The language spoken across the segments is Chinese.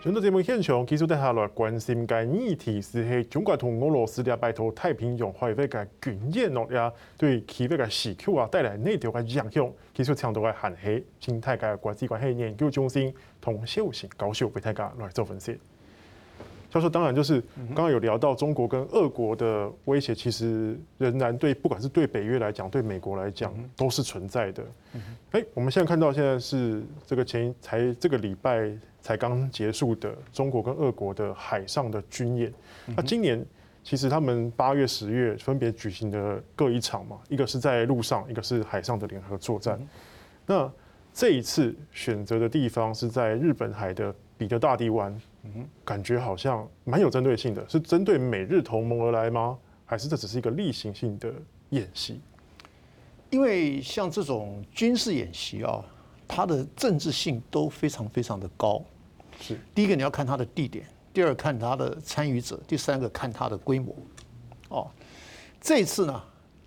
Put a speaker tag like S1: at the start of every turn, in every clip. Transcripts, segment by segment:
S1: 全到节目现场，其实接下来关心嘅议题是係中國同俄羅斯嘅拜托太平洋海域嘅軍演咯，也對哦企業嘅需求啊帶來內條嘅影響。其實長度嘅限係生態嘅國際關係研究中心同小型高手為大家來做分析。教授，當然就是剛剛有聊到中國跟俄國的威脅，其實仍然對不管是對北約來講，對美國來講都是存在的。哎、我们现在看到現在是這個前才这個禮拜才剛结束的中國跟俄國的海上的軍演。那今年其實他們八月、十月分別舉行的各一場嘛，一個是在陆上，一個是海上的聯合作戰。那这一次选择的地方是在日本海的彼得大帝湾，感觉好像蛮有针对性的，是针对美日同盟而来吗？还是这只是一个例行性的演习？
S2: 因为像这种军事演习啊，它的政治性都非常非常的高。
S1: 是
S2: 第一个你要看它的地点，第二看它的参与者，第三个看它的规模。哦，这一次呢，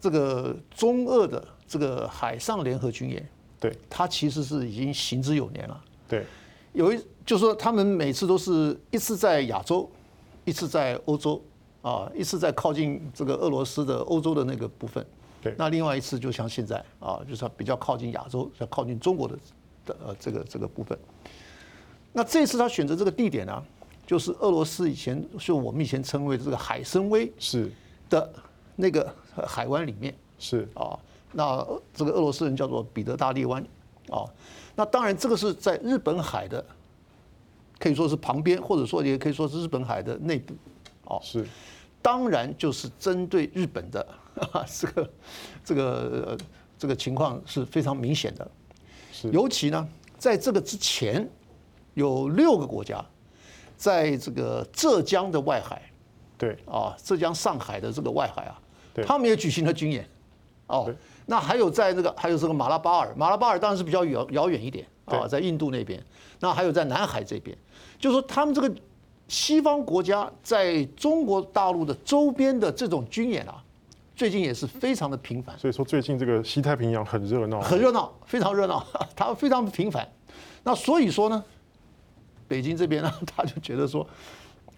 S2: 这个中俄的这个海上联合军演，
S1: 对
S2: 它其实是已经行之有年了。
S1: 对，
S2: 有一就是说他们每次都是一次在亚洲，一次在欧洲，啊，一次在靠近这个俄罗斯的欧洲的那个部分。
S1: 对
S2: 那另外一次就像现在啊，就是它比较靠近亚洲，比较靠近中国的的呃这个这个部分。那这次他选择这个地点呢、就是俄罗斯以前就我们以前称为这个海参崴
S1: 是
S2: 的那个呃海湾里面。
S1: 是
S2: 啊，那这个俄罗斯人叫做彼得大利湾啊。那当然，这个是在日本海的，可以说是旁边，或者说也可以说是日本海的内部。哦，
S1: 是
S2: 当然就是针对日本的这个这个呃这个情况是非常明显的。
S1: 是
S2: 尤其呢，在这个之前，有六个国家在这个浙江的外海
S1: 对
S2: 啊，浙江上海的这个外海啊
S1: 对，
S2: 他们也举行了军演。哦
S1: 对，
S2: 那还有在那个还有这个马拉巴尔，马拉巴尔当然是比较遥遥远一点啊，
S1: 对
S2: 在印度那边。那还有在南海这边，就是说他们这个西方国家在中国大陆的周边的这种军演啊，最近也是非常的频繁。
S1: 所以说最近这个西太平洋很热闹，
S2: 很热闹，非常热闹， 它非常频繁。那所以说呢，北京这边呢， 他就觉得说，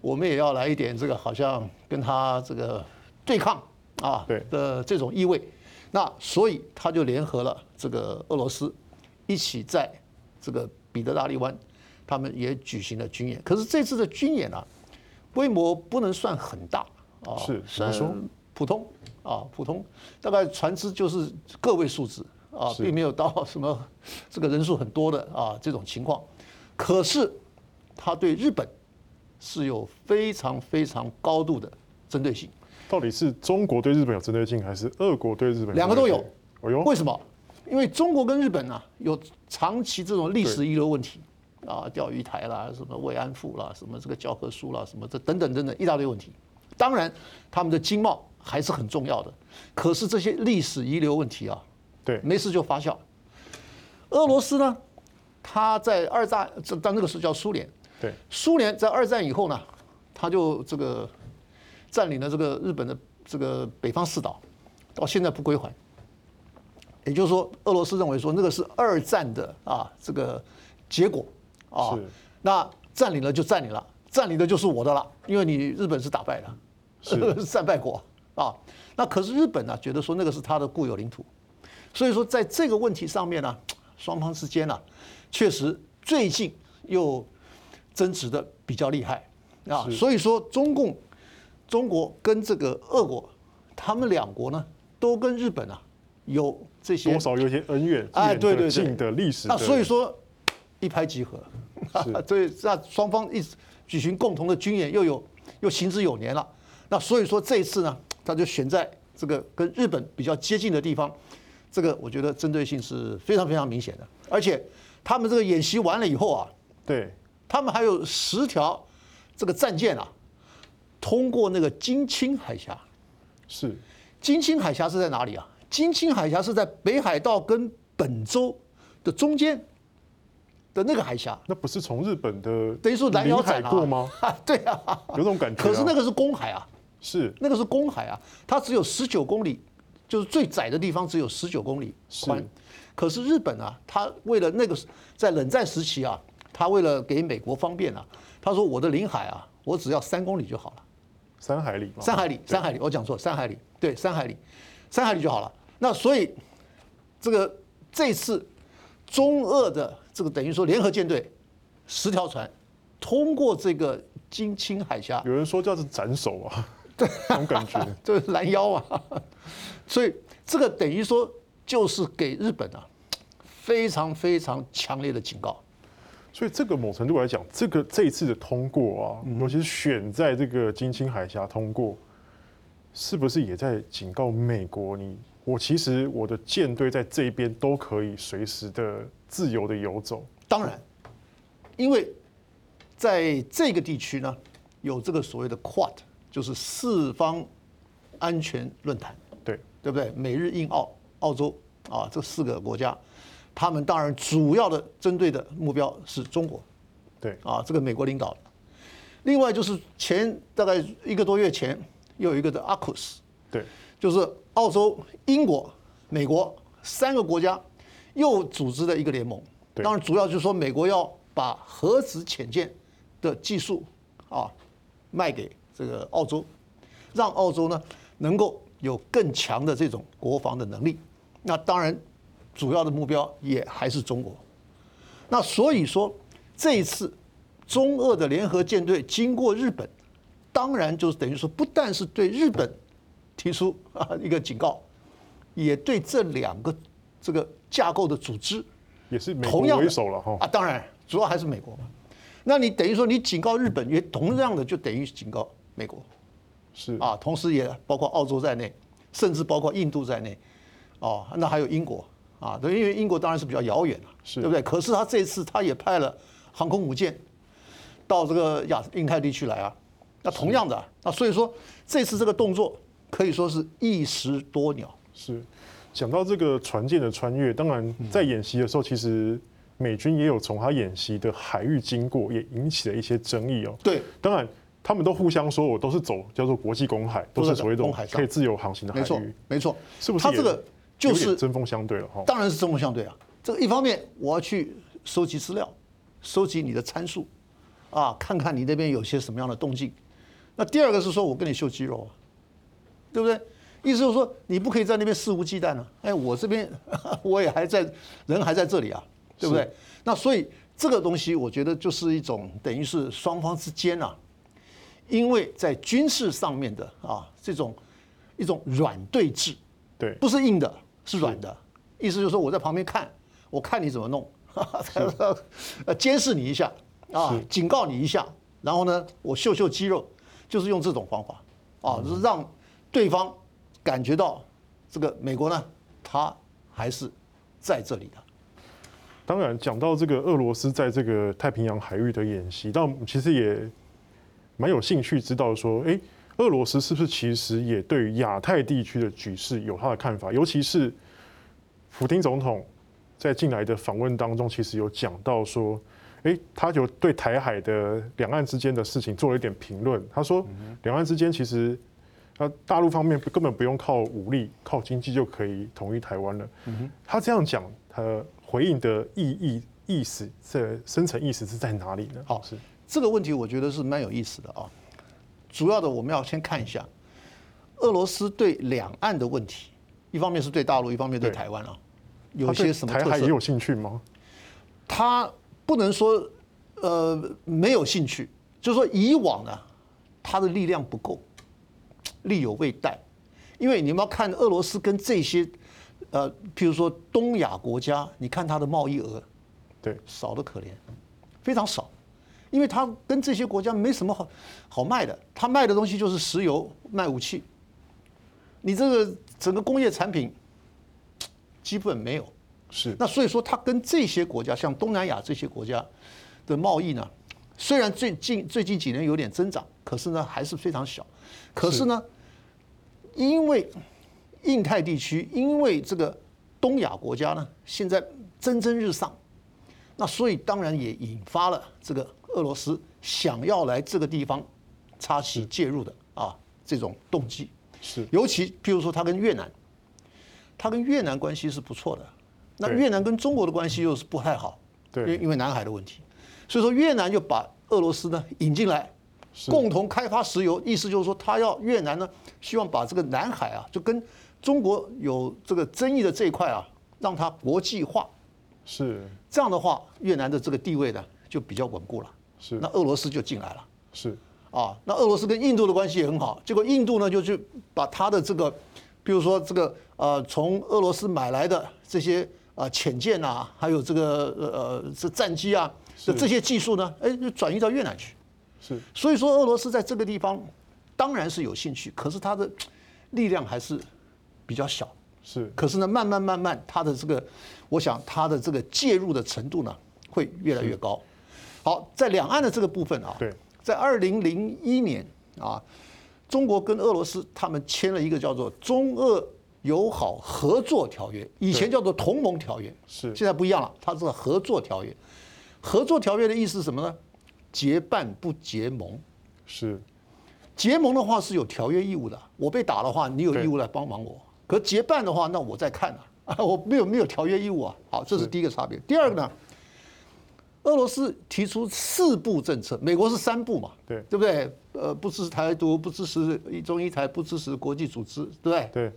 S2: 我们也要来一点这个好像跟他这个对抗啊
S1: 对
S2: 的这种意味。那所以他就联合了这个俄罗斯，一起在这个彼得大利湾，他们也举行了军演。可是这次的军演啊，规模不能算很大啊，
S1: 是怎么说
S2: 算普通啊，普通，大概船只就是个位数字啊，
S1: 是
S2: 并没有到什么这个人数很多的啊这种情况。可是，它对日本是有非常非常高度的针对性。
S1: 到底是中国对日本有针对性，还是俄国对日本？
S2: 两个都有。
S1: 哦哟，
S2: 为什么？因为中国跟日本呢、啊有长期这种历史遗留问题啊，钓鱼台啦，什么慰安妇啦，什么这个教科书啦，什么这等等等等一大堆问题。当然，他们的经贸还是很重要的，可是这些历史遗留问题啊，
S1: 对
S2: 没事就发酵。俄罗斯呢，他在二战，这但那个时候叫苏联，
S1: 对
S2: 苏联在二战以后呢，他就这个占领了这个日本的这个北方四岛，到现在不归还。也就是说，俄罗斯认为说那个是二战的啊这个结果啊
S1: 是，
S2: 那占领了就占领了，占领的就是我的了，因为你日本是打败了，
S1: 是
S2: 战败国啊。那可是日本呢、觉得说那个是他的固有领土，所以说在这个问题上面呢、双方之间呢、确实最近又争执的比较厉害啊，
S1: 是
S2: 所以说中共、中国跟这个俄国，他们两国呢都跟日本啊有这些
S1: 多少有一些恩怨，
S2: 哎对对对
S1: 近的历史的。
S2: 那所以说一拍即合
S1: 是，
S2: 所以那双方一直举行共同的军演，又有又行之有年了。那所以说这一次呢，他就选在这个跟日本比较接近的地方，这个我觉得针对性是非常非常明显的。而且他们这个演习完了以后啊，
S1: 对
S2: 他们还有十条这个战舰啊，通过那个金青海峡。
S1: 是
S2: 金青海峡是在哪里啊？金青海峡是在北海道跟本州的中间的那个海峡，
S1: 那不是从日本的
S2: 等于说拦腰
S1: 领
S2: 斩
S1: 海
S2: 啊
S1: 过吗？？
S2: 对啊，
S1: 有种感觉啊。
S2: 可是那个是公海啊，
S1: 是
S2: 那个是公海啊，它只有十九公里，就是最窄的地方只有十九公里宽
S1: 是。
S2: 可是日本啊，它为了那个在冷战时期啊，他为了给美国方便啊，他说我的领海啊，我只要三公里就好了，
S1: 三海里嘛，
S2: 三海里，
S1: 哦对
S2: 三海里，我讲错，三海里，对，三海里，三海里就好了。那所以这个这次中俄的这个等于说联合舰队十条船通过这个金青海峡，
S1: 有人说叫是斩首啊，对， 那种感觉。
S2: 这拦腰啊， 所以这个等于说就是给日本啊非常非常强烈的警告。
S1: 所以这个某程度来讲，这个这一次的通过啊，
S2: 嗯
S1: 尤其是选在这个金青海峡通过，是不是也在警告美国你？我其实我的舰队在这一边都可以随时的自由的游走，
S2: 当然，因为在这个地区呢，有这个所谓的 Quad，就是四方安全论坛，
S1: 对，
S2: 对不对？美日印澳、澳洲啊，这四个国家，他们当然主要的针对的目标是中国，
S1: 对
S2: 啊，这个美国领导。另外就是前大概一个多月前，又有一个的 AUKUS，
S1: 对，
S2: 就是澳洲、英国、美国三个国家又组织了一个联盟。
S1: 对
S2: 当然，主要就是说美国要把核子潜舰的技术啊卖给这个澳洲，让澳洲呢能够有更强的这种国防的能力。那当然，主要的目标也还是中国。那所以说，这一次中俄的联合舰队经过日本，当然就是等于说，不但是对日本提出啊 一个警告，也对这两个这个架构的组织
S1: 也是美国
S2: 同样的
S1: 为首了哈。
S2: 啊，当然主要还是美国嘛。那你等于说你警告日本，也同样的就等于警告美国
S1: 是
S2: 啊，同时也包括澳洲在内，甚至包括印度在内，哦，那还有英国啊，对，因为英国当然是比较遥远了、
S1: 是
S2: 对不对？可是他这次他也派了航空母舰到这个亚印太地区来啊，那同样的啊，那所以说这次这个动作可以说是一石多鸟。
S1: 是，讲到这个船舰的穿越，当然
S2: 嗯
S1: 在演习的时候，其实美军也有从他演习的海域经过，也引起了一些争议哦。
S2: 对，
S1: 当然，他们都互相说我都是走叫做国际公海，都
S2: 都
S1: 是
S2: 在
S1: 所谓这种
S2: 公海上
S1: 可以自由航行的海
S2: 没错
S1: 域，，
S2: 没错，
S1: 是不是
S2: 他
S1: 也
S2: 这个就
S1: 有点
S2: 是
S1: 针锋相对了哈。
S2: 当然是针锋相对啊。这个一方面我要去收集资料，收集你的参数，啊，看看你那边有些什么样的动静。那第二个是说我跟你秀肌肉啊，对不对？意思就是说你不可以在那边肆无忌惮啊。哎，我这边 我也还在，人还在这里啊，对不对？那所以这个东西我觉得就是一种等于是双方之间啊，因为在军事上面的啊这种一种软对峙，
S1: 对，
S2: 不是硬的，是软的。意思就是说我在旁边看，我看你怎么弄， 呃，监视你一下啊，警告你一下，然后呢，我秀秀肌肉，就是用这种方法
S1: 嗯
S2: 啊，就是让对方感觉到这个美国呢，他还是在这里的。
S1: 当然讲到这个俄罗斯在这个太平洋海域的演习，但我们其实也蛮有兴趣知道说，诶，俄罗斯是不是其实也对于亚太地区的局势有他的看法？尤其是普丁总统在近来的访问当中，其实有讲到说，诶，他就对台海的两岸之间的事情做了一点评论。他说，两岸之间其实。那大陆方面根本不用靠武力、靠经济就可以统一台湾了。他这样讲，他回应的意义、意思，这深层意思是在哪里呢？
S2: 好
S1: 哦是
S2: 这个问题我觉得是蛮有意思的啊。主要的我们要先看一下俄罗斯对两岸的问题，一方面是对大陆，一方面对
S1: 对
S2: 台湾啊，
S1: 他
S2: 有
S1: 对
S2: 些什么
S1: 台
S2: 特
S1: 海
S2: 色
S1: 也？有兴趣吗？
S2: 他不能说呃没有兴趣，就是说以往呢，他的力量不够，力有未逮。因为你们要看俄罗斯跟这些呃，譬如说东亚国家，你看它的贸易额
S1: 对，
S2: 少得可怜，非常少，因为它跟这些国家没什么好好卖的，它卖的东西就是石油、卖武器，你这个整个工业产品基本没有。
S1: 是
S2: 那所以说，它跟这些国家，像东南亚这些国家的贸易呢，虽然最近最近几年有点增长，可是呢还是非常小。可是呢，因为印太地区，因为这个东亚国家呢，现在蒸蒸日上，那所以当然也引发了这个俄罗斯想要来这个地方插旗介入的啊这种动机。
S1: 是
S2: 尤其譬如说他跟越南，他跟越南关系是不错的，那
S1: 对
S2: 越南跟中国的关系又是不太好，
S1: 对
S2: 因为因为南海的问题，所以说越南就把俄罗斯呢引进来，
S1: 是
S2: 共同开发石油，意思就是说他要越南呢希望把这个南海啊，就跟中国有这个争议的这一块啊，让它国际化。
S1: 是
S2: 这样的话，越南的这个地位呢就比较稳固了。
S1: 是
S2: 那俄罗斯就进来了。
S1: 是
S2: 啊，那俄罗斯跟印度的关系也很好，结果印度呢就去把他的这个，比如说这个呃从俄罗斯买来的这些呃潜舰啊，还有这个呃呃这战机啊，
S1: 是
S2: 那这些技术呢，哎就转移到越南去。
S1: 是
S2: 所以说俄罗斯在这个地方当然是有兴趣，可是它的力量还是比较小。
S1: 是
S2: 可是呢，慢慢慢慢，它的这个，我想它的这个介入的程度呢，会越来越高。好，在两岸的这个部分啊，
S1: 对，
S2: 在二零零一年啊，中国跟俄罗斯他们签了一个叫做《中俄友好合作条约》，以前叫做同盟条约，
S1: 是
S2: 现在不一样了，它是合作条约。合作条约的意思是什么呢？结伴不结盟。
S1: 是
S2: 结盟的话是有条约义务的，我被打的话，你有义务来帮忙我。可结伴的话，那我再看啊， 我没有没有条约义务啊。好，这是第一个差别。第二个呢，俄罗斯提出四步政策，美国是三步嘛，
S1: 对
S2: 对不对？呃，不支持台独，不支持一中一台，不支持国际组织，对不对？
S1: 对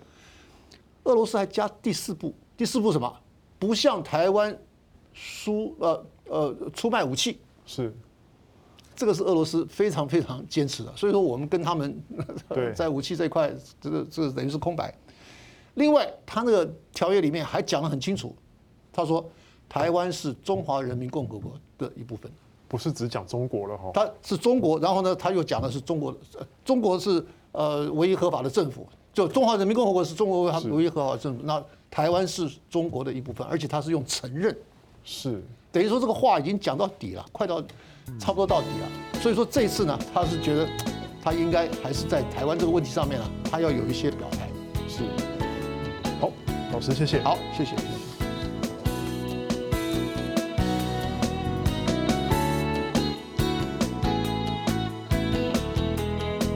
S2: 俄罗斯还加第四步，第四步什么？不向台湾输呃呃出卖武器。
S1: 是
S2: 这个是俄罗斯非常非常坚持的，所以说我们跟他们
S1: 对
S2: 在武器这一块，这个这个等于是空白。另外，他那个条约里面还讲得很清楚，他说台湾是中华人民共和国的一部分，
S1: 不是只讲中国了哈？
S2: 它是中国，然后呢，他又讲的是中国，呃中国是呃唯一合法的政府，就中华人民共和国是中国
S1: 是
S2: 唯一合法的政府，那台湾是中国的一部分，而且他是用承认，
S1: 是
S2: 等于说这个话已经讲到底了，快到差不多到底了。所以说这次呢，他是觉得他应该还是在台湾这个问题上面呢、他要有一些表态。
S1: 是，好，老师谢谢。
S2: 好，谢谢。谢谢